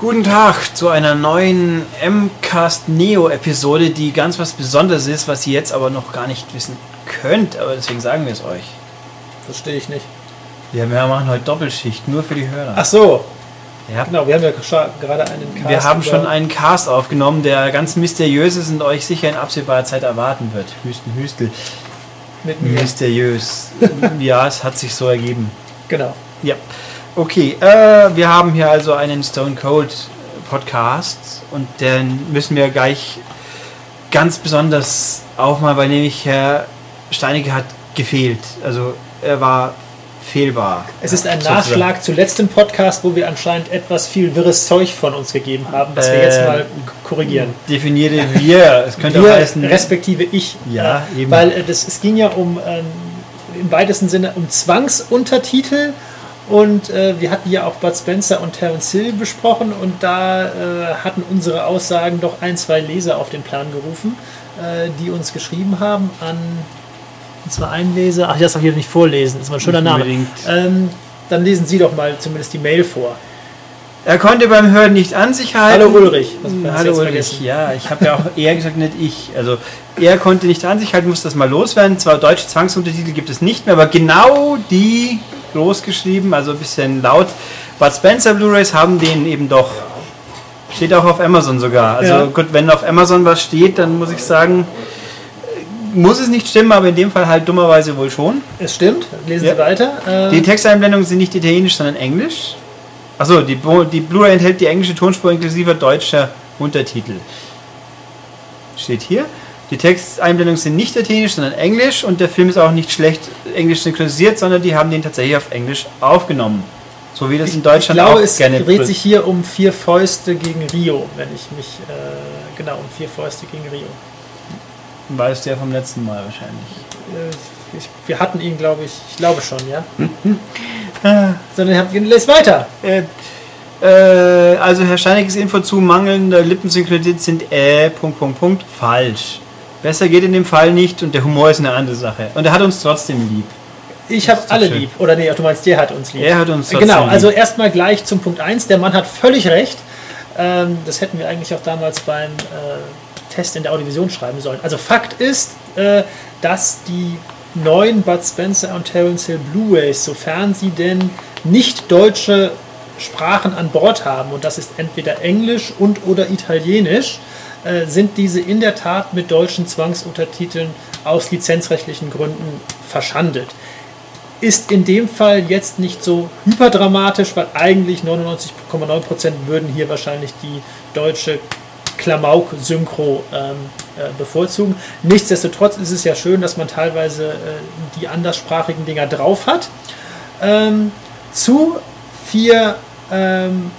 Guten Tag zu einer neuen MCast Neo Episode, die ganz was Besonderes ist, was ihr jetzt aber noch gar nicht wissen könnt. Aber deswegen sagen wir es euch. Verstehe ich nicht. Ja, wir machen heute Doppelschicht, nur für die Hörer. Ach so, ja, genau, wir haben ja gescha- gerade einen Cast. wir haben über- schon einen Cast aufgenommen, der ganz mysteriös ist und euch sicher in absehbarer Zeit erwarten wird. Hüsten, Hüstel. mit mir. Mhm. Mysteriös. ja, es hat sich so ergeben. Genau. Ja. Okay, äh, wir haben hier also einen Stone Cold Podcast und den müssen wir gleich ganz besonders aufmachen, weil nämlich Herr Steinecke hat gefehlt. Also er war fehlbar. Es ist ein Sozusagen. Nachschlag zu letztem Podcast, wo wir anscheinend etwas viel wirres Zeug von uns gegeben haben, was wir Äh, jetzt mal k- korrigieren. Definiere wir. Es könnte auch Wir, heißen. respektive ich. Ja, äh, eben. Weil äh, das, es ging ja um ähm, im weitesten Sinne um Zwangsuntertitel und äh, wir hatten ja auch Bud Spencer und Terence Hill besprochen und da äh, hatten unsere Aussagen doch ein, zwei Leser auf den Plan gerufen, äh, die uns geschrieben haben an und zwar ein Leser, ach, ich darf das hier nicht vorlesen, das ist mal ein schöner Nicht Name. unbedingt. Ähm, dann lesen Sie doch mal zumindest die Mail vor. Er konnte beim Hören nicht an sich halten. Hallo Ulrich. Was Hm, hast du Hallo jetzt Ulrich, vergessen? ja, ich habe ja auch eher gesagt, nicht ich. Also er konnte nicht an sich halten, muss das mal loswerden. Zwar deutsche Zwangsuntertitel gibt es nicht mehr, aber genau die großgeschrieben, also ein bisschen laut. Bud Spencer Blu-rays haben den eben doch. Steht auch auf Amazon sogar. Also Ja. gut, wenn auf Amazon was steht, dann muss ich sagen, muss es nicht stimmen, aber in dem Fall halt dummerweise wohl schon. Es stimmt, lesen Ja. Sie weiter. Ähm, Die Texteinblendungen sind nicht italienisch, sondern englisch. Achso, die, Bo- die Blu-ray enthält die englische Tonspur inklusive deutscher Untertitel. Steht hier. Die Texteinblendungen sind nicht italienisch, sondern englisch und der Film ist auch nicht schlecht englisch synchronisiert, sondern die haben den tatsächlich auf Englisch aufgenommen. So wie das in Ich Deutschland glaube, auch es gerne dreht sich hier um vier Fäuste gegen Rio, wenn ich mich äh, genau um vier Fäuste gegen Rio. Weißt du ja vom letzten Mal wahrscheinlich. Äh, ich, wir hatten ihn, glaube ich, ich glaube schon, ja. Sondern ihr habt ihn lest weiter. Äh, äh, also Herr Steinekes Info zu mangelnder Lippensynchronität sind äh, Punkt, Punkt, Punkt, falsch. Besser geht in dem Fall nicht und der Humor ist eine andere Sache. Und er hat uns trotzdem lieb. Ich habe doch alle schön. lieb. Oder nee, du meinst, der hat uns lieb. Er hat uns trotzdem Genau, lieb. also erstmal gleich zum Punkt 1. Der Mann hat völlig recht. Ähm, das hätten wir eigentlich auch damals beim äh, Test in der Audiovision schreiben sollen. Also Fakt ist, äh, dass die neuen Bud Spencer und Terence Hill Blu-rays, sofern sie denn nicht deutsche Sprachen an Bord haben, und das ist entweder Englisch und oder Italienisch, äh, sind diese in der Tat mit deutschen Zwangsuntertiteln aus lizenzrechtlichen Gründen verschandelt ist in dem Fall jetzt nicht so hyperdramatisch, weil eigentlich 99,9% würden hier wahrscheinlich die deutsche Klamauk-Synchro ähm, äh, bevorzugen. Nichtsdestotrotz ist es ja schön, dass man teilweise äh, die anderssprachigen Dinger drauf hat. Ähm, zu vier ähm,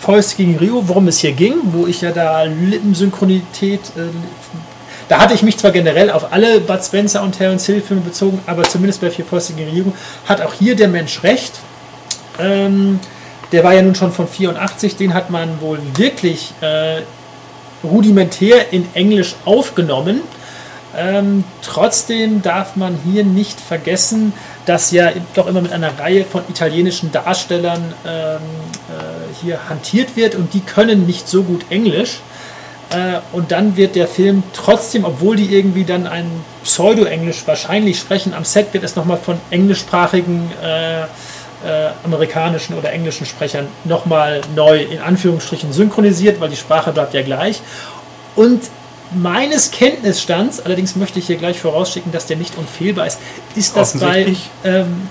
Fäuste gegen Rio, worum es hier ging, wo ich ja da Lippensynchronität äh, da hatte ich mich zwar generell auf alle Bud Spencer und Terence Hill Filme bezogen, aber zumindest bei Vier Fäuste gegen Rio hat auch hier der Mensch recht. Ähm, der war ja nun schon von 84, den hat man wohl wirklich äh, rudimentär in Englisch aufgenommen. Ähm, trotzdem darf man hier nicht vergessen, dass ja doch immer mit einer Reihe von italienischen Darstellern ähm, äh, hier hantiert wird und die können nicht so gut Englisch. Äh, und dann wird der Film trotzdem, obwohl die irgendwie dann ein Pseudo-Englisch wahrscheinlich sprechen, am Set wird es nochmal von englischsprachigen äh, äh, amerikanischen oder englischen Sprechern nochmal neu in Anführungsstrichen synchronisiert, weil die Sprache bleibt ja gleich. Und meines Kenntnisstands, allerdings möchte ich hier gleich vorausschicken, dass der nicht unfehlbar ist, ist das bei Offensichtlich. ähm,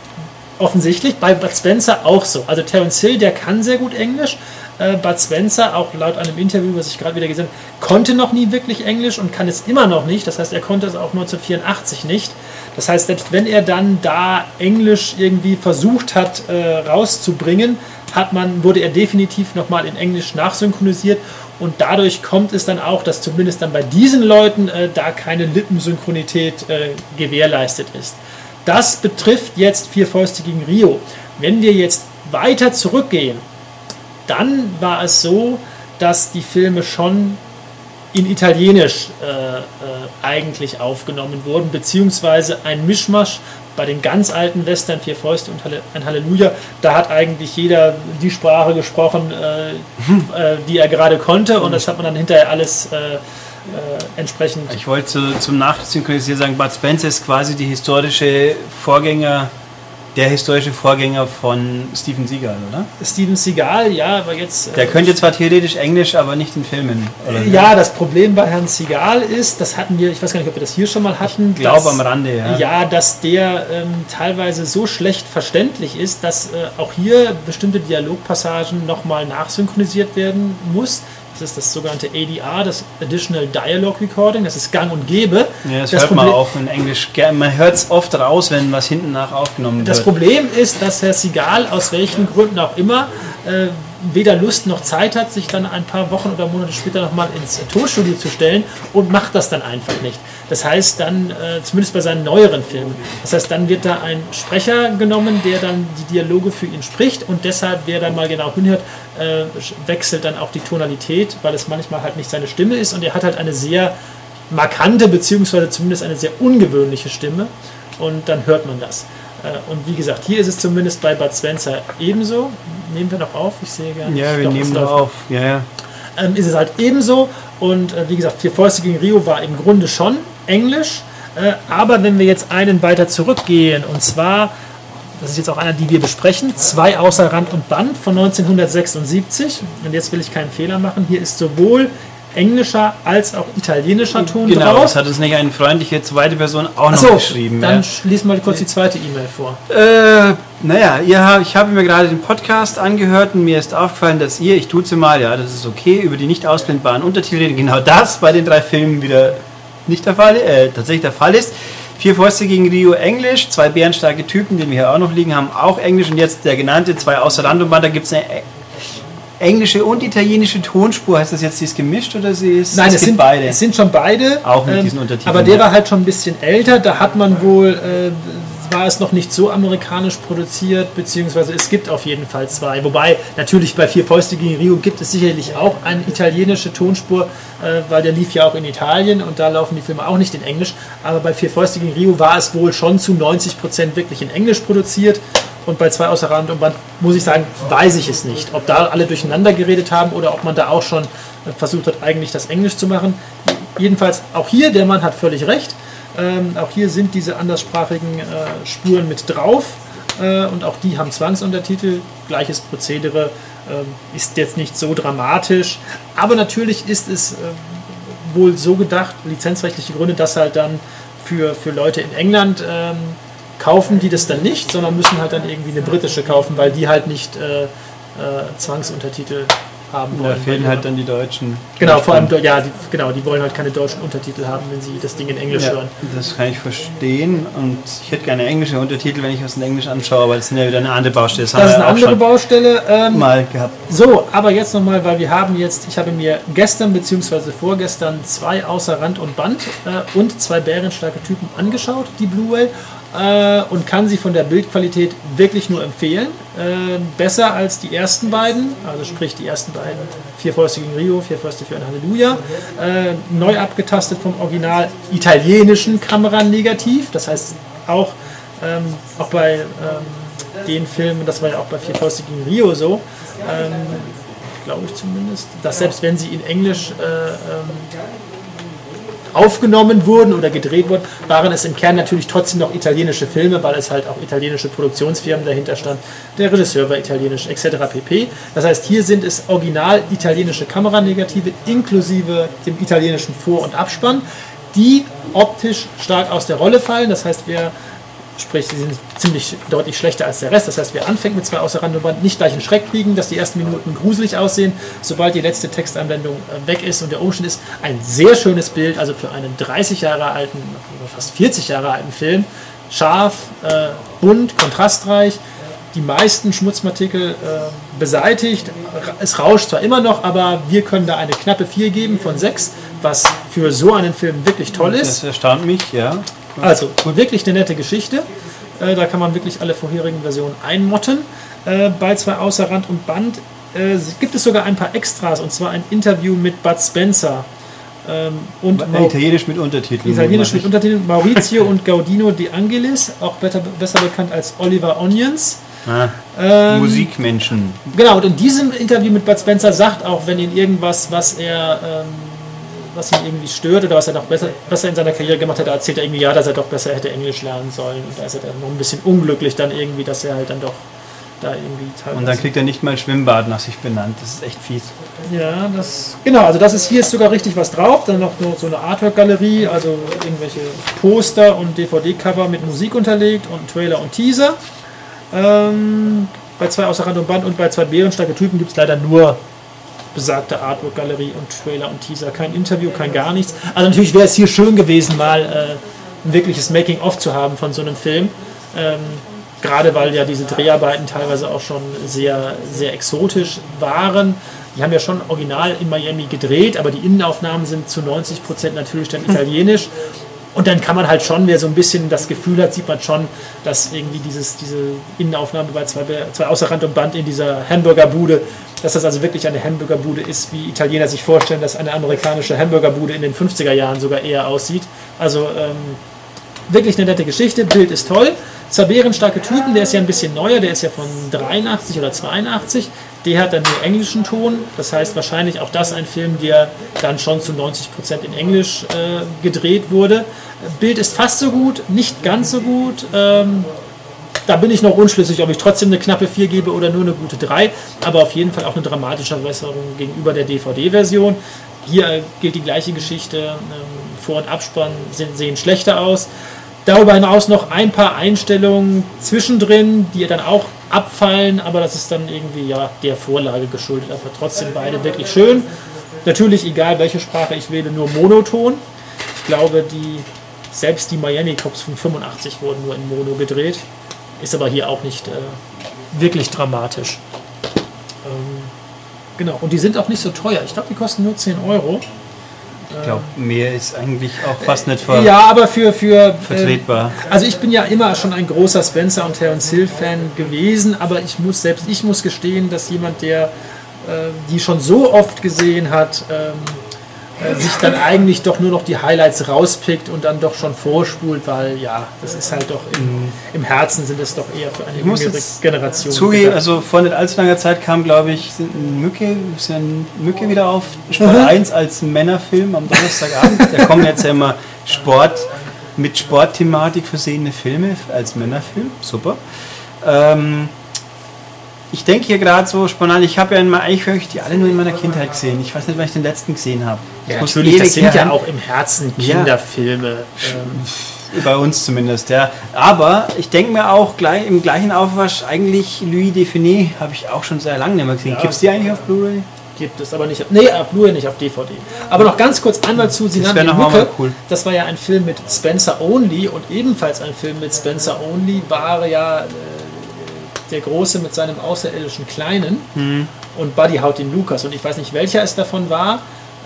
offensichtlich bei Bud Spencer auch so. Also Terence Hill, der kann sehr gut Englisch. Äh, Bud Spencer, auch laut einem Interview, was ich gerade wieder gesehen habe, konnte noch nie wirklich Englisch und kann es immer noch nicht. Das heißt, er konnte es auch 1984 nicht. Das heißt, selbst wenn er dann da Englisch irgendwie versucht hat äh, rauszubringen, hat man, wurde er definitiv nochmal in Englisch nachsynchronisiert. Und dadurch kommt es dann auch, dass zumindest dann bei diesen Leuten äh, da keine Lippensynchronität äh, gewährleistet ist. Das betrifft jetzt vier Fäuste gegen Rio. Wenn wir jetzt weiter zurückgehen, dann war es so, dass die Filme schon in Italienisch äh, äh, eigentlich aufgenommen wurden, beziehungsweise ein Mischmasch bei den ganz alten Western, Vier Fäuste und Halle, ein Halleluja, da hat eigentlich jeder die Sprache gesprochen, äh, Mhm. äh, die er gerade konnte und das hat man dann hinterher alles äh, äh, entsprechend Ich wollte zu, zum Nachsynchronisieren sagen, Bud Spencer ist quasi die historische Vorgänger, der historische Vorgänger von Steven Seagal, oder? Steven Seagal, ja, aber jetzt. äh, Der könnte zwar theoretisch Englisch, aber nicht in Filmen. Oder? ja, das Problem bei Herrn Seagal ist, das hatten wir, ich weiß gar nicht, ob wir das hier schon mal hatten. Ich glaube dass- am Rande, ja. Ja, dass der ähm, teilweise so schlecht verständlich ist, dass äh, auch hier bestimmte Dialogpassagen nochmal nachsynchronisiert werden muss. Das ist das sogenannte ADR, das Additional Dialogue Recording. Das ist gang und gäbe. Ja, das, hört man Problem- auch in Englisch. gern. Man hört es oft raus, wenn was hinten nach aufgenommen Das wird. Problem ist, dass Herr Sigal aus welchen Gründen auch immer äh, weder Lust noch Zeit hat, sich dann ein paar Wochen oder Monate später nochmal ins Tonstudio zu stellen und macht das dann einfach nicht. Das heißt dann, äh, zumindest bei seinen neueren Filmen, das heißt, dann wird da ein Sprecher genommen, der dann die Dialoge für ihn spricht und deshalb, wer dann mal genau hinhört, äh, sch- wechselt dann auch die Tonalität, weil es manchmal halt nicht seine Stimme ist und er hat halt eine sehr markante beziehungsweise zumindest eine sehr ungewöhnliche Stimme und dann hört man das. Äh, Und wie gesagt, hier ist es zumindest bei Bud Spencer ebenso. Nehmen wir noch auf, ich sehe gar nicht. Ja, wir Doch, es nehmen da läuft. auf. Ja, ja. Ähm, ist es halt ebenso und äh, wie gesagt, Vier Fäuste gegen Rio war im Grunde schon Englisch, äh, aber wenn wir jetzt einen weiter zurückgehen und zwar, das ist jetzt auch einer, die wir besprechen, zwei außer Rand und Band von 1976 und jetzt will ich keinen Fehler machen, hier ist sowohl englischer als auch italienischer Ton Genau, drauf. das hat uns nicht eine freundliche zweite Person auch noch Achso, geschrieben. dann ja. schließ mal kurz die zweite E-Mail vor. Äh, naja, ihr, hab- ich habe mir gerade den Podcast angehört und mir ist aufgefallen, dass ihr, ich tut's mal, ja, das ist okay, über die nicht ausblendbaren Untertitel, genau das bei den drei Filmen wieder nicht der Fall, äh, tatsächlich der Fall ist. Vier Fäuste gegen Rio Englisch, zwei bärenstarke Typen, die wir hier auch noch liegen, haben auch Englisch und jetzt der genannte, zwei außer Rand und Band, da gibt's eine e- englische und italienische Tonspur. Heißt das jetzt, die ist gemischt oder sie ist Nein, es, gibt sind beide? Es sind schon beide. ähm, Auch mit diesen Untertiteln, Aber der ja. war halt schon ein bisschen älter. Da hat man wohl, äh, war es noch nicht so amerikanisch produziert, beziehungsweise es gibt auf jeden Fall zwei. Wobei natürlich bei Vier Fäuste gegen Rio gibt es sicherlich auch eine italienische Tonspur, äh, weil der lief ja auch in Italien und da laufen die Filme auch nicht in Englisch. Aber bei Vier Fäuste gegen Rio war es wohl schon zu 90 Prozent wirklich in Englisch produziert. Und bei zwei außer Rand und Band muss ich sagen, weiß ich es nicht, ob da alle durcheinander geredet haben oder ob man da auch schon äh, versucht hat, eigentlich das Englisch zu machen. Jedenfalls auch hier, der Mann hat völlig recht. Ähm, auch hier sind diese anderssprachigen äh, Spuren mit drauf äh, und auch die haben Zwangsuntertitel. Gleiches Prozedere ähm, ist jetzt nicht so dramatisch, aber natürlich ist es ähm, wohl so gedacht, lizenzrechtliche Gründe, dass halt dann für, für Leute in England ähm, kaufen die das dann nicht, sondern müssen halt dann irgendwie eine britische kaufen, weil die halt nicht äh, äh, Zwangsuntertitel haben wollen. da fehlen Weil die- halt dann die Deutschen. Genau, vor allem, ja, die, genau, die wollen halt keine deutschen Untertitel haben, wenn sie das Ding in Englisch Ja, hören. das kann ich verstehen und ich hätte gerne englische Untertitel, wenn ich aus dem Englisch anschaue, aber das sind ja wieder eine andere Baustelle. Das, Das ist eine haben wir andere ja auch Baustelle. schon Ähm, mal gehabt. so, aber jetzt nochmal, weil wir haben jetzt, ich habe mir gestern bzw. vorgestern zwei außer Rand und Band äh, und zwei bärenstarke Typen angeschaut, die Blu-ray, äh, und kann sie von der Bildqualität wirklich nur empfehlen. Äh, besser als die ersten beiden, also sprich die ersten beiden, Vier Fäuste gegen Rio, Vier Fäuste für ein Halleluja, äh, neu abgetastet vom original italienischen Kameranegativ, das heißt auch, ähm, auch bei... Ähm, den Filmen, das war ja auch bei Vier Fäuste gegen Rio so, ähm, glaube ich zumindest, dass selbst wenn sie in Englisch äh, ähm, aufgenommen wurden oder gedreht wurden, waren es im Kern natürlich trotzdem noch italienische Filme, weil es halt auch italienische Produktionsfirmen dahinter stand. Der Regisseur war italienisch, etc. pp. Das heißt, hier sind es original italienische Kameranegative inklusive dem italienischen Vor- und Abspann, die optisch stark aus der Rolle fallen. Das heißt, wer Sprich, sie sind ziemlich deutlich schlechter als der Rest. Das heißt, wer anfängt mit zwei außer Rand und Band, nicht gleich in Schreck kriegen, dass die ersten Minuten gruselig aussehen. Sobald die letzte Textanwendung äh, weg ist und der Umstand ist, ein sehr schönes Bild, also für einen 30 Jahre alten, oder fast 40 Jahre alten Film. Scharf, äh, bunt, kontrastreich, die meisten Schmutzpartikel äh, beseitigt. Ra- Es rauscht zwar immer noch, aber wir können da eine knappe 4 geben von 6, was für so einen Film wirklich toll ist. Das erstaunt mich, ja. Also, wirklich eine nette Geschichte. Äh, da kann man wirklich alle vorherigen Versionen einmotten. Äh, bei zwei außer Rand und Band äh, gibt es sogar ein paar Extras, und zwar ein Interview mit Bud Spencer. Ähm, und Ma- Italienisch mit Untertiteln. Italienisch mit Untertiteln. Untertiteln Maurizio und Gaudino de Angelis, auch better, besser bekannt als Oliver Onions. Ah, Ähm, Musikmenschen. Genau, und in diesem Interview mit Bud Spencer sagt auch, wenn ihn irgendwas, was er, ähm, was ihn irgendwie stört oder was er noch besser, besser in seiner Karriere gemacht hätte, erzählt er irgendwie, ja, dass er doch besser hätte Englisch lernen sollen. Und da ist er dann noch ein bisschen unglücklich dann irgendwie, dass er halt dann doch da irgendwie teilweise... Und dann kriegt er nicht mal ein Schwimmbad nach sich benannt. Das ist echt fies. Ja, das. Genau, also das ist hier ist sogar richtig was drauf. Dann noch so- so eine Artwork-Galerie, also irgendwelche Poster und DVD-Cover mit Musik unterlegt und Trailer und Teaser. Ähm, bei zwei außer Rand und Band und bei zwei bärenstarke Typen gibt es leider nur besagte Artwork-Galerie und Trailer und Teaser. Kein Interview, kein gar nichts. Also natürlich wäre es hier schön gewesen, mal äh, ein wirkliches Making-of zu haben von so einem Film. Ähm, Gerade weil ja diese Dreharbeiten teilweise auch schon sehr, sehr exotisch waren. Die haben ja schon original in Miami gedreht, aber die Innenaufnahmen sind zu 90 Prozent natürlich dann italienisch. Und dann kann man halt schon, wer so ein bisschen das Gefühl hat, sieht man schon, dass irgendwie dieses, diese Innenaufnahme bei zwei, zwei außer Rand und Band in dieser Hamburgerbude, dass das also wirklich eine Hamburgerbude ist, wie Italiener sich vorstellen, dass eine amerikanische Hamburgerbude in den 50er Jahren sogar eher aussieht. Also ähm, wirklich eine nette Geschichte, Bild ist toll. Zaberen starke Typen, der ist ja ein bisschen neuer, der ist ja von 83 oder 82. Der hat dann nur englischen Ton, das heißt wahrscheinlich auch das ein Film, der dann schon zu 90% in Englisch äh, gedreht wurde. Bild ist fast so gut, nicht ganz so gut. Ähm, da bin ich noch unschlüssig, ob ich trotzdem eine knappe 4 gebe oder nur eine gute 3, aber auf jeden Fall auch eine dramatische Verbesserung gegenüber der DVD-Version. Hier äh, gilt die gleiche Geschichte, ähm, Vor- und Abspann sind, sehen schlechter aus. Darüber hinaus noch ein paar Einstellungen zwischendrin, die dann auch abfallen, aber das ist dann irgendwie ja der Vorlage geschuldet, aber trotzdem beide wirklich schön. Natürlich, egal welche Sprache ich wähle, nur monoton. Ich glaube, die, selbst die Miami Cops von 85 wurden nur in Mono gedreht. Ist aber hier auch nicht äh, wirklich dramatisch. Ähm, genau, und die sind auch nicht so teuer. Ich glaube, die kosten nur 10 Euro. Ich glaube, mehr ist eigentlich auch fast nicht ver Ja, ähm, aber für. für äh, vertretbar. also ich bin ja immer schon ein großer Spencer und Terence Hill Fan gewesen, aber ich muss selbst ich muss gestehen, dass jemand, der äh, die schon so oft gesehen hat, ähm, äh, sich dann eigentlich doch nur noch die Highlights rauspickt und dann doch schon vorspult, weil ja, das ist halt doch im, im Herzen sind es doch eher für eine Mhm. muss jüngere jetzt Generation. Zugeben, gedacht. also vor nicht allzu langer Zeit kam, glaube ich, sind Mücke, ist ja ein Mücke wieder auf Sport Mhm. 1 als Männerfilm am Donnerstagabend. da kommen jetzt ja immer Sport mit Sportthematik versehene Filme als Männerfilm. Super. Ähm, ich denke hier gerade so spontan, ich habe ja in meiner, eigentlich höre ich die alle nur in meiner Kindheit gesehen. Ich weiß nicht, wann ich den letzten gesehen habe. Ja, muss natürlich, das ewig sind her ja sein. auch im Herzen Ja. Kinderfilme. Ähm, Bei uns zumindest, ja. Aber ich denke mir auch gleich im gleichen Aufwasch, eigentlich Louis Define habe ich auch schon sehr lange nicht mehr gesehen. Ja. Gibt's die eigentlich auf Blu-ray? gibt es aber nicht. auf- Nee, auf Blu-ray nicht auf DVD. Aber noch ganz kurz einmal zu Sie Das nannten wär den noch mal Mucke. cool. Das war ja ein Film mit Spencer Only und ebenfalls ein Film mit Spencer Only war ja äh, der Große mit seinem außerirdischen Kleinen Hm. und Buddy haut den Lukas. Und ich weiß nicht, welcher es davon war,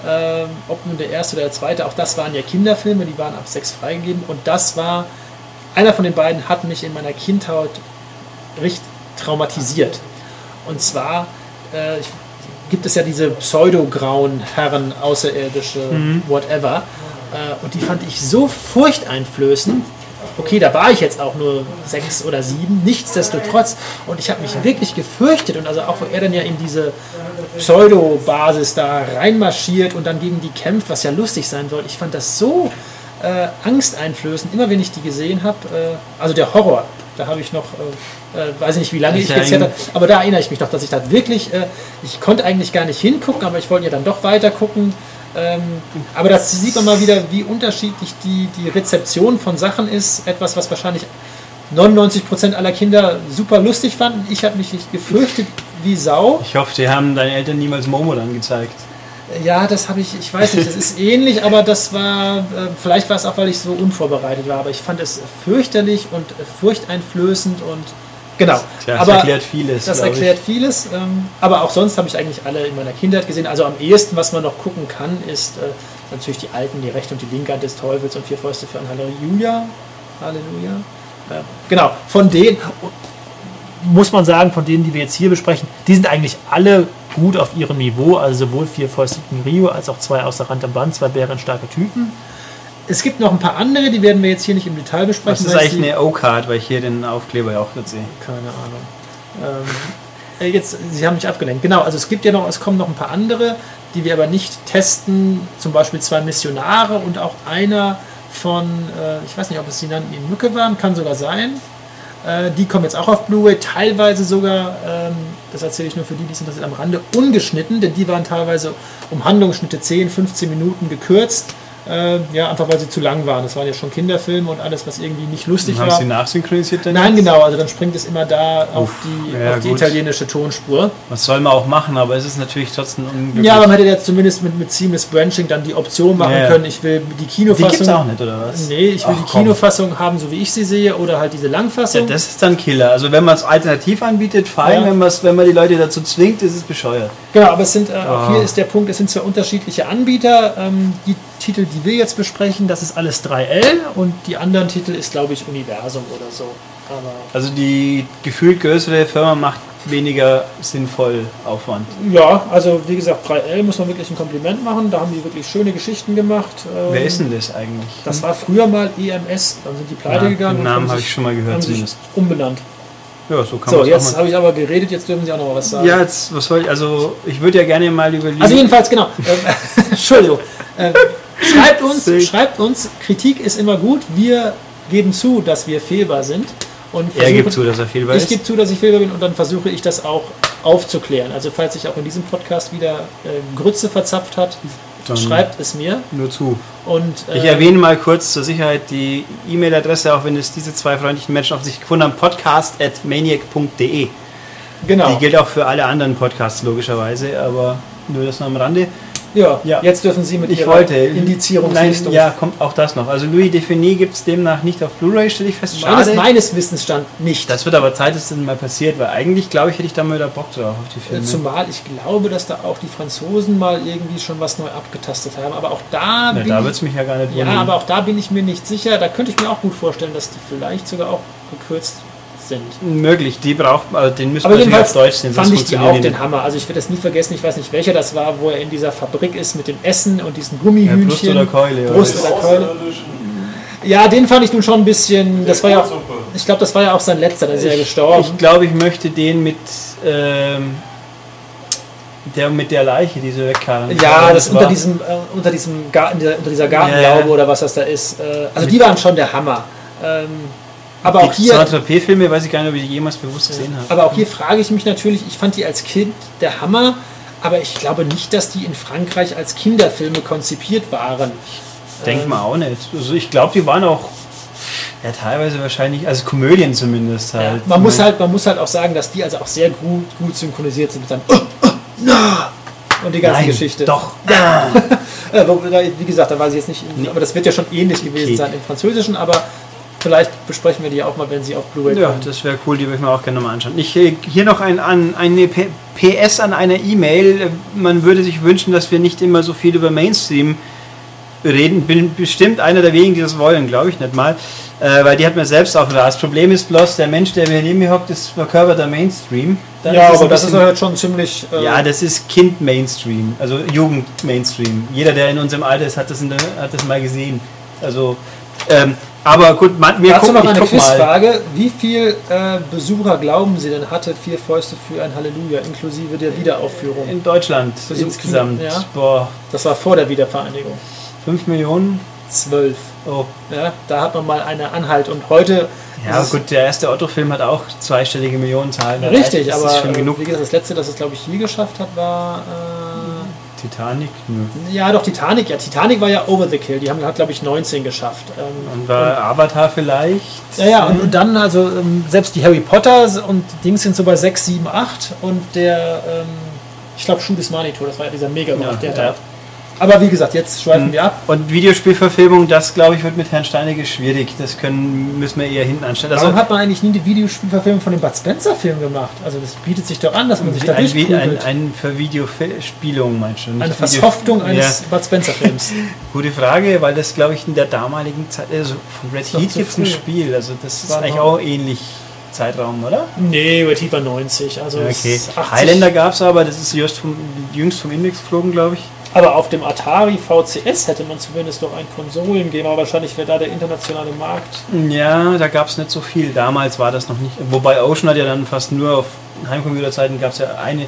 ähm, ob nun der erste oder der zweite. Auch das waren ja Kinderfilme, die waren ab sechs freigegeben. Und das war, einer von den beiden hat mich in meiner Kindheit recht traumatisiert. Und zwar äh, ich- gibt es ja diese pseudo-grauen Herren, außerirdische, whatever. Äh, und die fand ich so furchteinflößend. Okay, da war ich jetzt auch nur sechs oder sieben, nichtsdestotrotz. Und ich habe mich wirklich gefürchtet. Und also auch, wo er dann ja in diese Pseudo-Basis da reinmarschiert und dann gegen die kämpft, was ja lustig sein soll. Ich fand das so äh, angsteinflößend, immer wenn ich die gesehen habe. Äh, also der Horror, da habe ich noch, äh, äh, weiß ich nicht, wie lange ich Ist ja jetzt hätte, ein- aber da erinnere ich mich noch, dass ich da wirklich, äh, ich konnte eigentlich gar nicht hingucken, aber ich wollte ja dann doch weiter gucken. Ähm, aber das sieht man mal wieder, wie unterschiedlich die, die Rezeption von Sachen ist. Etwas, was wahrscheinlich 99% aller Kinder super lustig fanden. Ich habe mich nicht gefürchtet wie Sau. Ich hoffe, die haben deine Eltern niemals Momo dann gezeigt. Ja, das habe ich, ich weiß nicht, das ist ähnlich, aber das war, äh, vielleicht war es auch, weil ich so unvorbereitet war, aber ich fand es fürchterlich und äh, furchteinflößend und genau. Tja, das aber erklärt vieles. das glaub ich. erklärt vieles, ähm, aber auch sonst habe ich eigentlich alle in meiner Kindheit gesehen. Also am ehesten, was man noch gucken kann, ist äh, natürlich die Alten, die Rechte und die Linke Hand des Teufels und Vier Fäuste für ein Halleluja. Halleluja. Äh, genau, von denen, muss man sagen, von denen, die wir jetzt hier besprechen, die sind eigentlich alle gut auf ihrem Niveau, also sowohl vier Fäustigen Rio als auch zwei außer Rand am Band, zwei bärenstarke Typen. Es gibt noch ein paar andere, die werden wir jetzt hier nicht im Detail Was besprechen. ist weil eigentlich sie- eine O-Card, weil ich hier den Aufkleber ja auch gerade sehe? Keine Ahnung. Ähm, äh, jetzt, Sie haben mich abgelenkt. Genau, also es gibt ja noch, es kommen noch ein paar andere, die wir aber nicht testen. Zum Beispiel zwei Missionare und auch einer von, äh, ich weiß nicht, ob es die nannten, die Mücke waren, kann sogar sein. Äh, die kommen jetzt auch auf Blu-ray, teilweise sogar, ähm, das erzähle ich nur für die, die es interessiert, am Rande ungeschnitten, denn die waren teilweise um Handlungsschnitte 10, 15 Minuten gekürzt. Äh, ja, einfach weil sie zu lang waren. Das waren ja schon Kinderfilme und alles, was irgendwie nicht lustig Und war. haben sie nachsynchronisiert dann? Nein, genau, also dann springt es immer da auf Uff, die, ja, auf die gut. italienische Tonspur. Was soll man auch machen, aber es ist natürlich trotzdem unglücklich. Ja, aber man hätte jetzt zumindest mit, mit Seamless Branching dann die Option machen Ja, ja. können, ich will die die Kinofassung. gibt's auch nicht, oder was? Nee, ich will Ach, die komm. Kinofassung haben, so wie ich sie sehe, oder halt diese Ja, Langfassung. das ist dann Killer. Also wenn man es alternativ anbietet, fein. Ja. Wenn, man's, wenn man die Leute dazu zwingt, ist es bescheuert. genau, aber es sind, äh, auch Ah. hier ist der Punkt, es sind zwei unterschiedliche Anbieter. Ähm, die Titel, die wir jetzt besprechen, das ist alles 3L und die anderen Titel ist, glaube ich, Universum oder so. Aber Also die gefühlt größere Firma macht weniger sinnvoll Aufwand. ja, also wie gesagt, 3L muss man wirklich ein Kompliment machen. Da haben die wirklich schöne Geschichten gemacht. Ähm, Wer ist denn das eigentlich? Das war früher mal E EMS, dann sind die pleite Ja, gegangen. Den und Namen haben habe sich- ich schon mal haben gehört sich zumindest. umbenannt. Ja, so kann So, man es jetzt auch mal. habe ich aber geredet, jetzt dürfen Sie auch noch mal was sagen. Ja, jetzt, was soll ich, also ich würde ja gerne mal überlegen. also jedenfalls, genau. Ähm, Entschuldigung. Ähm, schreibt, Sick. uns, schreibt uns, Kritik ist immer gut. Wir geben zu, dass wir fehlbar sind. Und er versuchen- gibt zu, dass er viel weiß. Ich gebe zu, dass ich fehlbar bin und dann versuche ich das auch aufzuklären. Also falls sich auch in diesem Podcast wieder äh, Grütze verzapft hat, Dann schreibt es mir. nur zu. Und, Ich äh, erwähne mal kurz zur Sicherheit die E-Mail-Adresse, auch wenn es diese zwei freundlichen Menschen auf sich gefunden haben, podcast.maniac.de. genau. Die gilt auch für alle anderen Podcasts logischerweise, aber nur das noch am Rande. ja, Ja. jetzt dürfen Sie mit Ich Ihrer wollte. Nein, Indizierungsrichtung ja, kommt auch das noch. Also Louis Defini gibt es demnach nicht auf Blu-ray, stelle ich fest. Meines, Schade. meines Wissens stand nicht. Das wird aber Zeit, dass das mal passiert, weil eigentlich, glaube ich, hätte ich da mal wieder Bock drauf auf die Äh, Filme. Zumal ich glaube, dass da auch die Franzosen mal irgendwie schon was neu abgetastet haben. Aber auch Na, da, bin da wird es ich, mich ja gar nicht ja, wundern. aber auch da bin ich mir nicht sicher. Da könnte ich mir auch gut vorstellen, dass die vielleicht sogar auch gekürzt sind. Möglich, die braucht man, also den müssen Aber wir natürlich jedenfalls auf Deutsch nehmen. fand sonst ich die auch funktioniert die den Hammer. Also ich werde das nie vergessen. Ich weiß nicht, welcher das war, wo er in dieser Fabrik ist mit dem Essen und diesen Gummihühnchen. nicht. Ja, Brust oder Keule. oder? Brust- oder Köln. Ja, den fand ich nun schon ein bisschen. Das war ja auch, Suppe. ich glaube, das war ja auch sein letzter. Da ist er ja Ich- gestorben. Ich glaube, ich möchte den mit, ähm, der, mit der Leiche, die sie wegkarren. Ja, das, unter war- diesem, äh, unter diesem Garten, dieser- unter dieser Gartenlaube Ja, ja. oder was das da ist. Äh, also die waren schon der Hammer. Ähm, aber auch Die hier, Saint-Tropez-Filme weiß ich gar nicht, ob ich die jemals bewusst gesehen habe. aber auch hier frage ich mich natürlich. Ich fand die als Kind der Hammer, aber ich glaube nicht, dass die in Frankreich als Kinderfilme konzipiert waren. Denkt man auch nicht. Also ich glaube, die waren auch ja, teilweise wahrscheinlich, also Komödien zumindest Ja, halt. man muss Ja. halt, man muss halt auch sagen, dass die also auch sehr gut, gut synchronisiert sind mit seinem oh, oh, na und die ganze Nein, Geschichte. Doch. Äh, wo- da- Wie gesagt, da weiß ich jetzt nicht, aber das wird ja schon ähnlich gewesen Okay. sein im Französischen, aber vielleicht besprechen wir die auch mal, wenn sie auf Blu-ray Ja, kommen. das wäre cool, die würde ich mir auch gerne mal anschauen. Ich, äh, hier noch ein, an, eine P PS an einer E-Mail. Äh, Man würde sich wünschen, dass wir nicht immer so viel über Mainstream reden. Bin bestimmt einer der wenigen, die das wollen, glaube ich nicht mal. Äh, weil die hat mir selbst auch Das Problem ist bloß, der Mensch, der mir neben mir hockt, ist verkörperter Mainstream. Dann ja, es aber ein das ist bisschen- halt schon ziemlich. äh, Ja, das ist Kind-Mainstream, also Jugend-Mainstream. Jeder, der in unserem Alter ist, hat das, in der, hat das mal gesehen. Also, ähm, aber gut, man, wir Dazu gucken, noch ich eine guck mal. Quizfrage. Wie viel äh, Besucher glauben Sie denn hatte vier Fäuste für ein Halleluja inklusive der Wiederaufführung? In Deutschland Besuch- insgesamt, Ja. boah, Das war vor der Wiedervereinigung. 5 Millionen? Zwölf. Oh. Ja, da hat man mal eine Anhalt und heute. Ja, ist es- gut, der erste Otto-Film hat auch zweistellige Millionenzahlen. erreicht. Richtig, das aber ist schon äh, genug. wie gesagt, das letzte, das es glaube ich je geschafft hat, war. Äh, Titanic? ne? Nö. ja, doch Titanic. Ja, Titanic war ja Over the Kill. Die haben hat glaube ich 19 geschafft. Ähm, Und war Avatar vielleicht? Ja, ja, und, und dann, also ähm, selbst die Harry Potter und Dings sind so bei 6, 7, 8 und der, ähm, ich glaube, Schuh des Manitou, das war ja dieser mega Ja, der ja. Mhm. da. Aber wie gesagt, jetzt schweifen wir ab. Und Videospielverfilmung, das glaube ich, wird mit Herrn Steinecke schwierig. Das können, müssen wir eher hinten anstellen. Also, Warum hat man eigentlich nie die Videospielverfilmung von dem Bud Spencer-Film gemacht? Also das bietet sich doch an, dass man sich da Ein, Vi- ein, durchprügelt. ein für Videospielung meinst du? Nicht Eine Video- Versoftung eines Ja, Bud Spencer-Films. gute Frage, weil das glaube ich in der damaligen Zeit, also von Red doch Heat zu gibt es ein früh. Spiel, also das ist War eigentlich noch- auch ähnlich. Zeitraum, oder? Nee, über Tiefer 90. Also Okay. es ist 80. Highlander gab es aber, das ist just vom, jüngst vom Index geflogen, glaube ich. Aber auf dem Atari VCS hätte man zumindest noch ein Konsolen-Game, aber wahrscheinlich wäre da der internationale Markt. Ja, da gab es nicht so viel. Damals war das noch nicht. Wobei Ocean hat ja dann fast nur auf Heimcomputerzeiten gab es ja eine.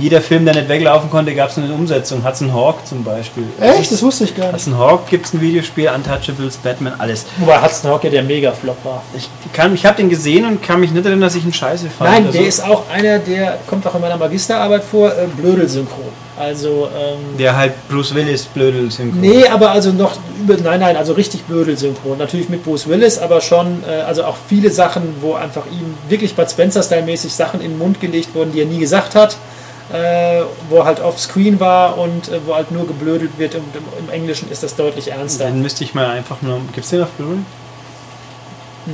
Jeder Film, der nicht weglaufen konnte, gab es eine Umsetzung. Hudson Hawk zum Beispiel. Das wusste ich gar Hudson Hawk gibt es ein Videospiel, Untouchables, Batman, alles. Wobei Hudson Hawk ja der Mega-Flop war. Ich, kann- ich habe den gesehen und kann mich nicht erinnern, dass ich ihn scheiße fand. Nein, Also, der ist auch einer, der kommt auch in meiner Magisterarbeit vor, äh, Blödel-Synchron. Also, ähm, Der halt Bruce Willis blödel synchron. nee, aber also noch über, nein, nein, also richtig Blödel-Synchron. Natürlich mit Bruce Willis, aber schon, äh, also auch viele Sachen, wo einfach ihm wirklich Bud Spencer-Style-mäßig Sachen in den Mund gelegt wurden, die er nie gesagt hat. Äh, wo er halt off-screen war und äh, wo halt nur geblödelt wird und im, im Englischen ist das deutlich ernster. Dann müsste ich mal einfach nur. Gibt's den auf Blu-ray?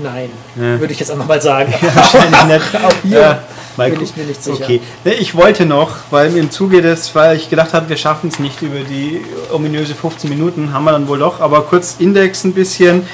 Nein, Ja. würde ich jetzt einfach mal sagen. Wahrscheinlich nicht. Auch hier mal bin gu- ich mir nicht sicher. Okay, Ne, ich wollte noch, weil im Zuge des, weil ich gedacht habe, wir schaffen es nicht über die ominöse 15 Minuten, haben wir dann wohl doch, aber kurz Index ein bisschen.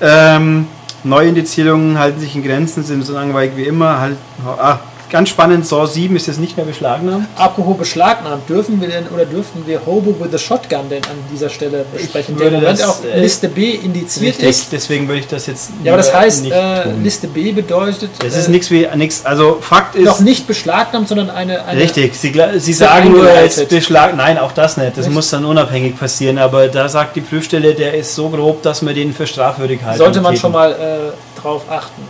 Ähm, Neuindizierungen halten sich in Grenzen, sind so langweilig wie immer. Halt, ah, ganz spannend, Saw 7 ist jetzt nicht mehr beschlagnahmt. Apropos beschlagnahmt, dürfen wir denn oder dürften wir Hobo with a Shotgun denn an dieser Stelle besprechen, der im würde Moment das, auf äh, Liste B indiziert Richtig, ist? deswegen würde ich das jetzt Ja, aber das lieber heißt, nicht äh, tun. Liste B bedeutet Das ist äh, nichts wie nichts. Also Fakt ist, noch nicht beschlagnahmt, sondern eine, eine Richtig, sie, gla- sie sagen nur eingeleitet. als Beschlag, nein, auch das nicht, das Nicht? muss dann unabhängig passieren, aber da sagt die Prüfstelle, der ist so grob, dass man den für strafwürdig halten sollte man kann. schon mal äh, drauf achten.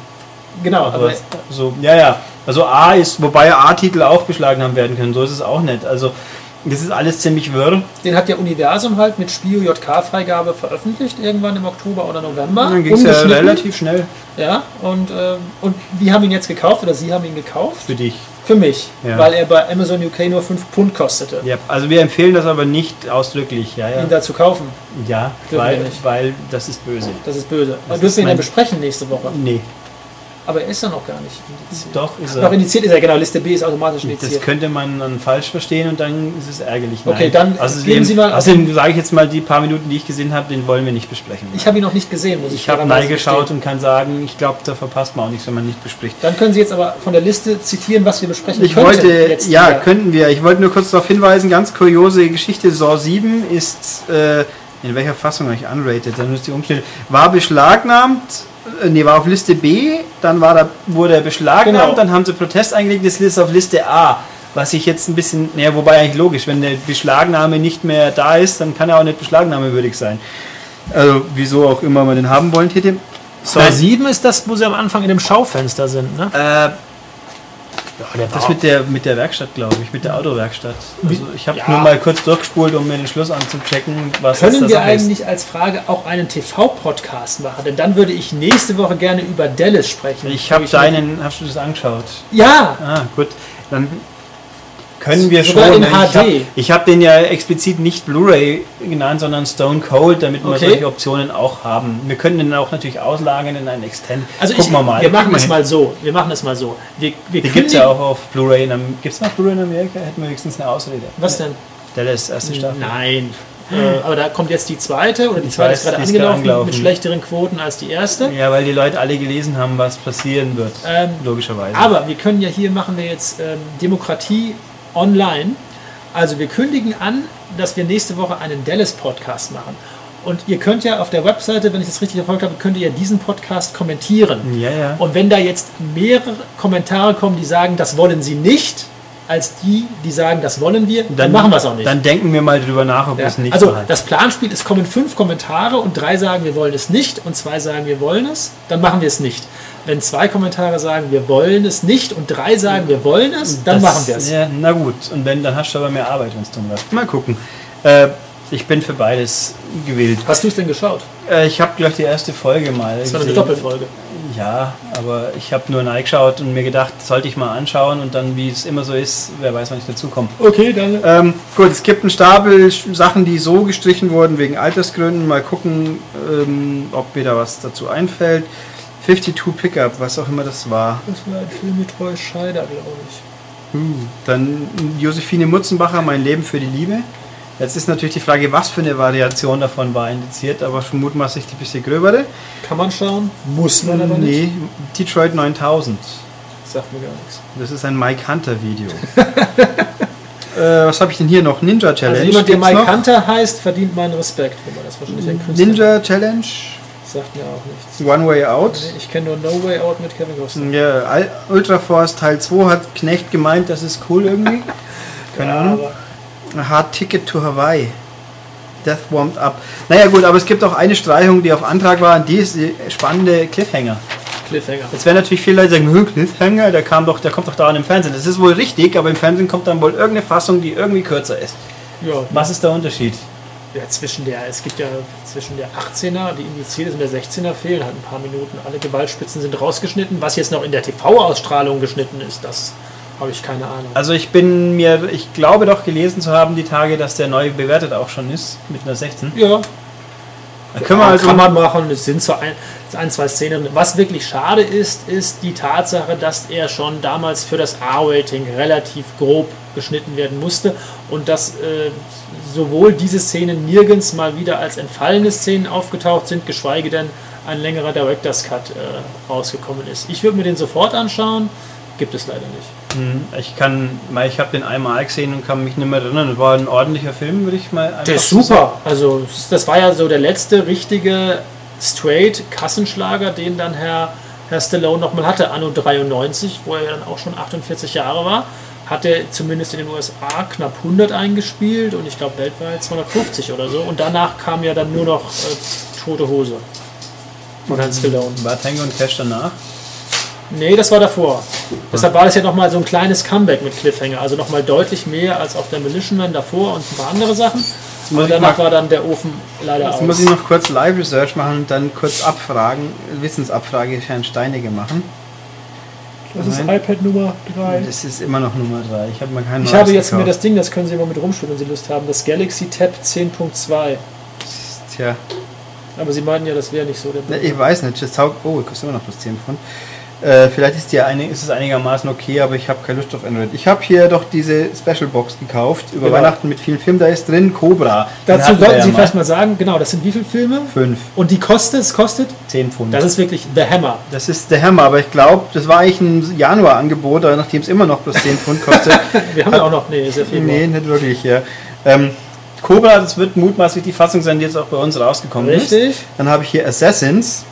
Genau, aber aber so, ja, ja, also A ist, wobei A-Titel auch beschlagnahmt werden können, so ist es auch nicht, also das ist alles ziemlich wirr. den hat ja Universum halt mit Spio JK-Freigabe veröffentlicht, irgendwann im Oktober oder November. Dann ging es ja Ungeschnitten. relativ schnell Ja, und, ähm, und wir haben ihn jetzt gekauft oder Sie haben ihn gekauft? für dich. Für mich, Ja. weil er bei Amazon UK nur 5 Pfund kostete. Ja, also wir empfehlen das aber nicht ausdrücklich, ja, ja, ihn da zu kaufen. ja wir weil, nicht. weil das ist böse. Das ist böse. Das Das dürfen ist wir ihn mein- dann besprechen nächste Woche. Nee, Aber er ist ja noch gar nicht indiziert. doch ist Noch er. indiziert ist er, genau. Liste B ist automatisch Also- Das indiziert. könnte man dann falsch verstehen und dann ist es ärgerlich. Also Okay, dann außerdem, geben Sie mal- Außerdem sage ich jetzt mal, die paar Minuten, die ich gesehen habe, den wollen wir nicht besprechen. Ich habe ihn noch nicht gesehen, muss ich Ich habe fairerweise Nein geschaut gestehen. und kann sagen, ich glaube, da verpasst man auch nichts, wenn man nicht bespricht. Dann können Sie jetzt aber von der Liste zitieren, was wir besprechen Ich könnten wollte, jetzt ja, wieder. könnten wir. Ich wollte nur kurz darauf hinweisen, ganz kuriose Geschichte, Saw 7 ist, äh, in welcher Fassung habe ich unrated, dann ist die Umstände, war beschlagnahmt, äh, nee, war auf Liste B, dann war da, wurde er beschlagnahmt, Genau. dann haben sie Protest eingelegt, das ist auf Liste A. Was ich jetzt ein bisschen, naja, wobei eigentlich logisch, wenn eine Beschlagnahme nicht mehr da ist, dann kann er auch nicht beschlagnahmewürdig sein. Also, wieso auch immer man den haben wollen hätte. Saw 7 ist das, wo sie am Anfang in dem Schaufenster sind, ne? Äh, Ja, der Das mit der, mit der Werkstatt, glaube ich, mit der Autowerkstatt. Also ich habe Ja. nur mal kurz durchgespult, um mir den Schluss anzuchecken, was das Können da wir so heißt. eigentlich als Frage auch einen TV-Podcast machen? Denn dann würde ich nächste Woche gerne über Dallas sprechen. Ich habe deinen, hast du das angeschaut? Ja, Ah, gut. Dann können wir Sogar schon. in ne? ich habe HD. hab den ja explizit nicht Blu-ray genannt, sondern Stone Cold, damit wir Okay. solche Optionen auch haben. Wir können den auch natürlich auslagern in einen Extend. also ich, Gucken wir mal. wir machen Gucken es hin. mal so. Wir machen es mal so. Wir, wir Den gibt es ja auch auf Blu-ray. Gibt es noch Blu-ray in Amerika? Hätten wir wenigstens eine Ausrede. Was denn? Dallas, erste Staffel. Nein. Äh, aber da kommt jetzt die zweite oder die Ich zweite weiß, ist gerade die ist angelaufen angelaufen. mit schlechteren Quoten als die erste. Ja, weil die Leute alle gelesen haben, was passieren wird. Ähm, logischerweise. Aber wir können ja hier machen wir jetzt ähm, Demokratie online. Also wir kündigen an, dass wir nächste Woche einen Dallas-Podcast machen. Und ihr könnt ja auf der Webseite, wenn ich das richtig verfolgt habe, könnt ihr ja diesen Podcast kommentieren. ja, ja. Und wenn da jetzt mehrere Kommentare kommen, die sagen, das wollen sie nicht, als die, die sagen, das wollen wir, dann, machen wir es auch nicht. Dann denken wir mal drüber nach, ob wir Ja. es nicht also machen. das Planspiel, es kommen fünf Kommentare und drei sagen, wir wollen es nicht und zwei sagen, wir wollen es, dann machen wir es nicht. Wenn zwei Kommentare sagen, wir wollen es nicht und drei sagen, wir wollen es, dann Das- machen wir es. Ja, na gut. Und wenn, dann hast du aber mehr Arbeit, wenn es drum läuft. Mal gucken. Äh, ich bin für beides gewählt. Hast du es denn geschaut? Äh, ich habe gleich die erste Folge mal. Das war eine gesehen. Doppelfolge. Ja, aber ich habe nur reingeschaut und mir gedacht, sollte ich mal anschauen und dann, wie es immer so ist, wer weiß, wann ich dazu komme. Okay, dann. äh, Ähm, gut, es gibt einen Stapel Sch- Sachen, die so gestrichen wurden wegen Altersgründen. Mal gucken, ähm, ob mir da was dazu einfällt. 52 Pickup, was auch immer das war. Das war ein Film mit Roy Scheider, glaube ich. Hm. Dann Josephine Mutzenbacher, Mein Leben für die Liebe. Jetzt ist natürlich die Frage, was für eine Variation davon war indiziert, aber schon mutmaßlich die bisschen gröbere. Kann man schauen? Muss man aber nicht. Nee, Detroit 9000. Sagt mir gar nichts. Das ist ein Mike Hunter Video. äh, was habe ich denn hier noch? Ninja Challenge. Also jemand, der gibt's Mike noch? Hunter heißt, verdient meinen Respekt. Wobei das wahrscheinlich ein Künstler Ninja Challenge, sagt mir auch nichts. One Way Out. Nee, Ich kenne nur No Way Out mit Kevin Costner. Ja, Al- Ultra Force Teil 2 hat Knecht gemeint, das ist cool irgendwie. Keine Ja, Ahnung. aber Hard Ticket to Hawaii. Death Warmed Up. Naja gut, aber es gibt auch eine Streichung, die auf Antrag war, und die ist die spannende Cliffhanger. Cliffhanger. Jetzt werden natürlich viele Leute sagen, "Hö, Cliffhanger, der, kam doch, der kommt doch da an im Fernsehen. Das ist wohl richtig, aber im Fernsehen kommt dann wohl irgendeine Fassung, die irgendwie kürzer ist. Ja, Was ist der Unterschied? Ja, zwischen der, es gibt ja zwischen der 18er, die indiziert ist, und der 16er fehlen halt ein paar Minuten. Alle Gewaltspitzen sind rausgeschnitten. Was jetzt noch in der TV-Ausstrahlung geschnitten ist, das habe ich keine Ahnung. Also ich bin mir, ich glaube doch gelesen zu haben die Tage, dass der neu bewertet auch schon ist, mit einer 16. ja, Da können wir also kann man machen. Es sind so ein, ein, zwei Szenen. Was wirklich schade ist, ist die Tatsache, dass er schon damals für das R-Rating relativ grob geschnitten werden musste und dass äh, sowohl diese Szenen nirgends mal wieder als entfallene Szenen aufgetaucht sind, geschweige denn ein längerer Director's Cut äh, rausgekommen ist. Ich würde mir den sofort anschauen, gibt es leider nicht. Hm, Ich kann, mal, ich habe den einmal gesehen und kann mich nicht mehr erinnern. Es war ein ordentlicher Film, würde ich mal einfach so sagen. Also das war ja so der letzte richtige straight Kassenschlager, den dann Herr, Herr Stallone nochmal hatte, anno 93, wo er ja dann auch schon 48 Jahre war, hat er zumindest in den USA knapp 100 eingespielt und ich glaube weltweit 250 oder so. Und danach kam ja dann nur noch äh, Tote Hose von Herrn Stallone. War Tango und Cash danach? Nee, das war davor. Deshalb war das ja nochmal so ein kleines Comeback mit Cliffhanger. Also nochmal deutlich mehr als auf Demolition Man davor und ein paar andere Sachen. muss Und ich danach mal- war dann der Ofen leider Jetzt aus. muss ich noch kurz Live-Research machen und dann kurz Abfragen, Wissensabfrage für Herrn Steinecke machen. das ist Nein. iPad Nummer 3. Das ist immer noch Nummer 3. Ich habe mal keinen Ich habe jetzt mir das Ding, das können Sie immer mit rumspielen, wenn Sie Lust haben, das Galaxy Tab 10.2. Tja, Aber Sie meinen ja, das wäre nicht so der ne, ich weiß nicht. Das taugt, oh, kostet immer noch plus 10 Pfund. Äh, vielleicht ist, die eine, ist es einigermaßen okay, aber ich habe keine Lust auf Android. Ich habe hier doch diese Special Box gekauft über Genau. Weihnachten mit vielen Filmen. Da ist drin Cobra. Den Dazu hatten wir sollten Sie ja vielleicht mal sagen, genau, das sind wie viele Filme? fünf, Und die kostet, es kostet? zehn Pfund. Das ist wirklich The Hammer. Das ist der Hammer, aber ich glaube, das war eigentlich ein Januar-Angebot, aber nachdem es immer noch plus 10 Pfund kostet. Wir haben ja auch noch, nee, sehr viel. nee, nicht wirklich, ja. Ähm, Cobra, das wird mutmaßlich die Fassung sein, die jetzt auch bei uns rausgekommen ist. Richtig? Dann habe ich hier Assassins,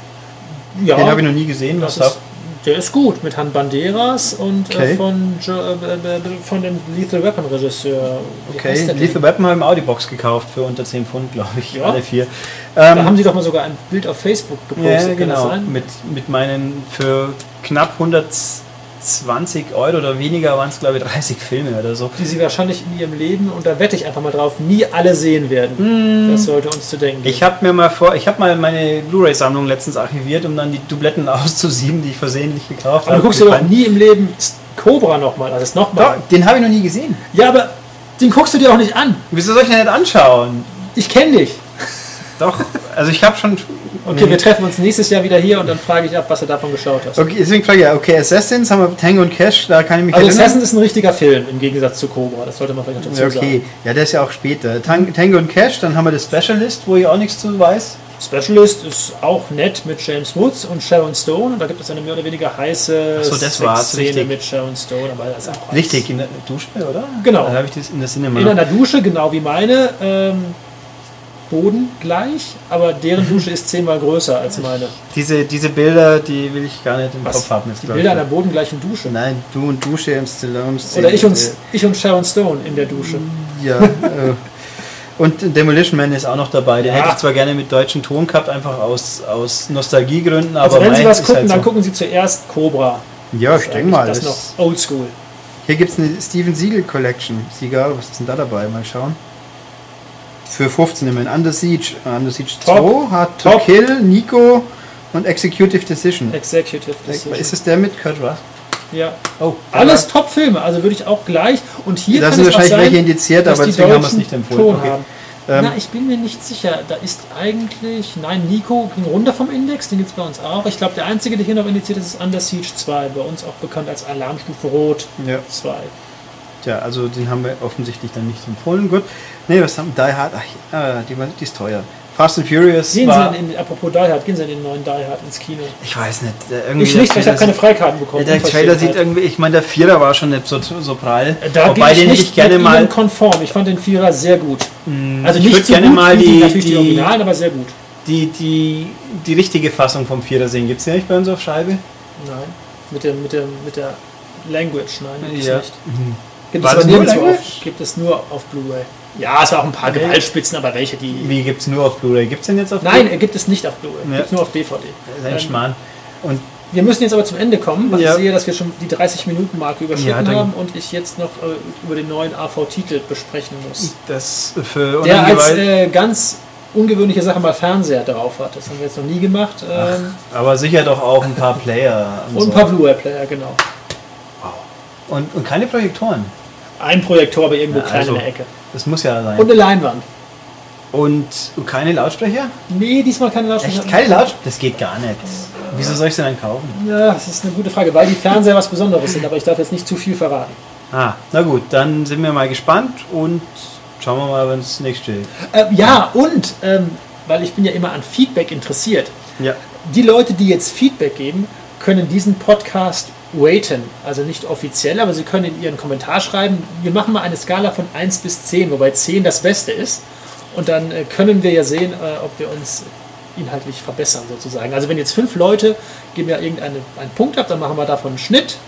Ja. den habe ich noch nie gesehen. Das Was ist, der ist gut mit Han Banderas und Okay. äh, von, jo, äh, äh, von dem Lethal Weapon Regisseur. Wie okay, heißt der denn? Lethal Weapon habe ich im Audibox gekauft für unter 10 Pfund, glaube ich, Ja. alle vier. Da haben Ähm, sie doch mal sogar ein Bild auf Facebook gepostet. ja, Kann das genau. sein? Mit, mit meinen für knapp 120 Euro oder weniger waren es, glaube ich, 30 Filme oder so. Die sie wahrscheinlich in ihrem Leben, und da wette ich einfach mal drauf, nie alle sehen werden. Hm. Das sollte uns zu denken. Ich habe mir mal vor, ich habe mal meine Blu-ray-Sammlung letztens archiviert, um dann die Dubletten auszusieben, die ich versehentlich gekauft habe. aber du guckst dir doch nie im Leben Cobra nochmal, also Doch, nochmal. den habe ich noch nie gesehen. Ja, aber den guckst du dir auch nicht an. Wieso soll ich den nicht anschauen? Ich kenne dich. Doch, also ich habe schon. Okay, wir treffen uns nächstes Jahr wieder hier und dann frage ich ab, was du davon geschaut hast. Mhm. Okay, deswegen frage ich ja, okay, Assassins haben wir Tango und Cash, da kann ich mich Also Assassin ist ein richtiger Film im Gegensatz zu Cobra. Das sollte man vielleicht noch dazu Ja, okay, ja, der ist ja auch später. Tang Tango und Cash, dann haben wir das Specialist, wo ich auch nichts zu weiß. sagen. Specialist ist auch nett mit James Woods und Sharon Stone. Und da gibt es eine mehr oder weniger heiße Ach so, das war's, Szene richtig. mit Sharon Stone. Aber das ist auch alles- Richtig, in der Dusche, oder? Genau. Da habe ich das in der Cinema. In einer Dusche, genau wie meine. Ähm, Boden gleich, aber deren Dusche ist zehnmal größer als meine. Diese, diese Bilder, die will ich gar nicht im Kopf haben. Jetzt, Die glaub Bilder ich. einer bodengleichen Dusche. Nein, du und Dusche im Stallone. Oder ich und, ich und Sharon Stone in der Dusche. Ja. äh, Und Demolition Man ist auch noch dabei. Den Ja. hätte ich zwar gerne mit deutschen Ton gehabt, einfach aus, aus Nostalgiegründen, aber Also wenn Sie mei, was ist gucken, halt dann so. gucken Sie zuerst Cobra. Ja, ich denke mal. Das Das ist noch oldschool. hier gibt es eine Steven Siegel Collection. Sieger, was ist denn da dabei? Mal schauen. Für 15 immerhin. Under Siege. Under Siege 2 Top. hat To Top. Kill, Nico und Executive Decision. Executive Ist Decision. es der mit Kurt Russell? Ja. Oh, Alles Top-Filme, also würde ich auch gleich. Und hier Da kann sind es auch wahrscheinlich sein, welche indiziert, dass aber die deswegen haben wir es Deutschen nicht empfohlen. Ton Okay. haben. Ähm, Na, ich bin mir nicht sicher. Da ist eigentlich. Nein, Nico ging runter vom Index, den gibt es bei uns auch. Ich glaube, der einzige, der hier noch indiziert ist, ist Under Siege 2, bei uns auch bekannt als Alarmstufe Rot Ja. 2. Tja, also den haben wir offensichtlich dann nicht empfohlen. Gut. Nee, was haben Die Hard? Ach, äh, die, war- die ist teuer. Fast and Furious Sehen war... Sie in, apropos Die Hard, gehen Sie in den neuen Die Hard ins Kino. ich weiß nicht. äh, Irgendwie Ich nicht, weil ich habe keine Trailer Freikarten bekommen. halt. sieht, Der Trailer sieht irgendwie... Ich meine, der Vierer war schon nicht so, so prall. Äh, da Wobei Wobei ich den nicht ich gerne mit mal... Hm, Ihnen konform. Ich fand den Vierer sehr gut. Also ich nicht würd so gerne gut mal wie die- natürlich die, die- Originalen, aber sehr gut. Die, die, die richtige Fassung vom Vierer sehen. Gibt es ja nicht bei uns auf Scheibe? Nein, mit der, mit der, mit der Language, nein, gibt Ja. es nicht. Gibt War es aber das nur nirgendwo Language? auf, gibt es nur auf Blu-ray. Ja, es war auch ein paar Nee. Gewaltspitzen, aber welche die... Wie gibt es nur auf Blu-ray? Gibt es denn jetzt auf Nein, er gibt es nicht auf Blu-ray, Ja. gibt es nur auf DVD. Blu-ray? Nein. Ähm, Schmarrn. Und Wir müssen jetzt aber zum Ende kommen, weil Ja. ich sehe, dass wir schon die 30-Minuten-Marke Ja, überschritten dann- haben und ich jetzt noch äh, über den neuen AV-Titel besprechen muss. das für Der als unangeweihte... äh, ganz ungewöhnliche Sache mal Fernseher drauf hat. Das haben wir jetzt noch nie gemacht. Ähm, Aber sicher doch auch ein paar Player. und ein paar Blu-ray-Player, genau. und, und keine Projektoren. Ein Projektor, aber irgendwo Ja, klein also. in der Ecke. Das muss ja sein. Und eine Leinwand. Und keine Lautsprecher? Nee, diesmal keine Lautsprecher. Echt? Keine Lautsprecher? Das geht gar nicht. Wieso soll ich sie dann kaufen? Ja, das ist eine gute Frage, weil die Fernseher was Besonderes sind, aber ich darf jetzt nicht zu viel verraten. Ah, na gut, dann sind wir mal gespannt und schauen wir mal, wenn es nächste steht. Äh, ja, und, ähm, weil ich bin ja immer an Feedback interessiert, Ja. die Leute, die jetzt Feedback geben, können diesen Podcast raten. Also nicht offiziell, aber sie können in ihren Kommentar schreiben, wir machen mal eine Skala von 1 bis 10, wobei 10 das Beste ist. Und dann äh, können wir ja sehen, äh, ob wir uns inhaltlich verbessern sozusagen. Also wenn jetzt fünf Leute geben ja irgendeinen einen Punkt ab, dann machen wir davon einen Schnitt.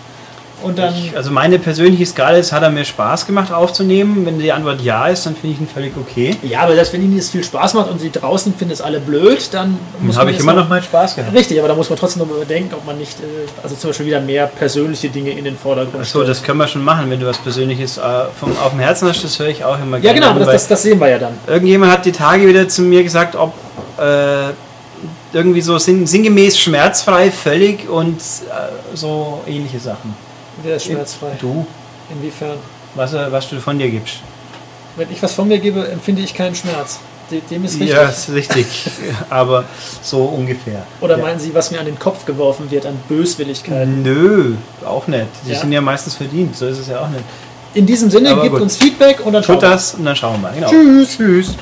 Und dann Ich, also meine persönliche Skala ist, hat er mir Spaß gemacht aufzunehmen. Wenn die Antwort ja ist, dann finde ich ihn völlig okay. Ja, aber selbst wenn Ihnen das viel Spaß macht und Sie draußen finden es alle blöd, dann muss Dann man habe ich das immer noch- noch meinen Spaß gehabt. Richtig, aber da muss man trotzdem noch mal überdenken, ob man nicht, äh, also zum Beispiel wieder mehr persönliche Dinge in den Vordergrund Achso, das können wir schon machen, wenn du was Persönliches äh, vom, auf dem Herzen hast, das höre ich auch immer Ja, genau, an, aber das, weil- das, das sehen wir ja dann. Irgendjemand hat die Tage wieder zu mir gesagt, ob äh, irgendwie so sinn, sinngemäß schmerzfrei, völlig und äh, so ähnliche Sachen. Wer ist schmerzfrei? Du, Inwiefern? was, äh, was du von dir gibst. Wenn ich was von mir gebe, empfinde ich keinen Schmerz. De- Dem ist richtig. Ja, ist richtig. aber so ungefähr. Oder ja. meinen Sie, was mir an den Kopf geworfen wird, an Böswilligkeit? Nö, auch nicht. Die Ja? sind ja meistens verdient, so ist es ja auch nicht. In diesem Sinne, Mhm. Aber gebt gut. uns Feedback und dann schauen Tut wir. das und dann schauen wir mal. Genau. Tschüss. Tschüss.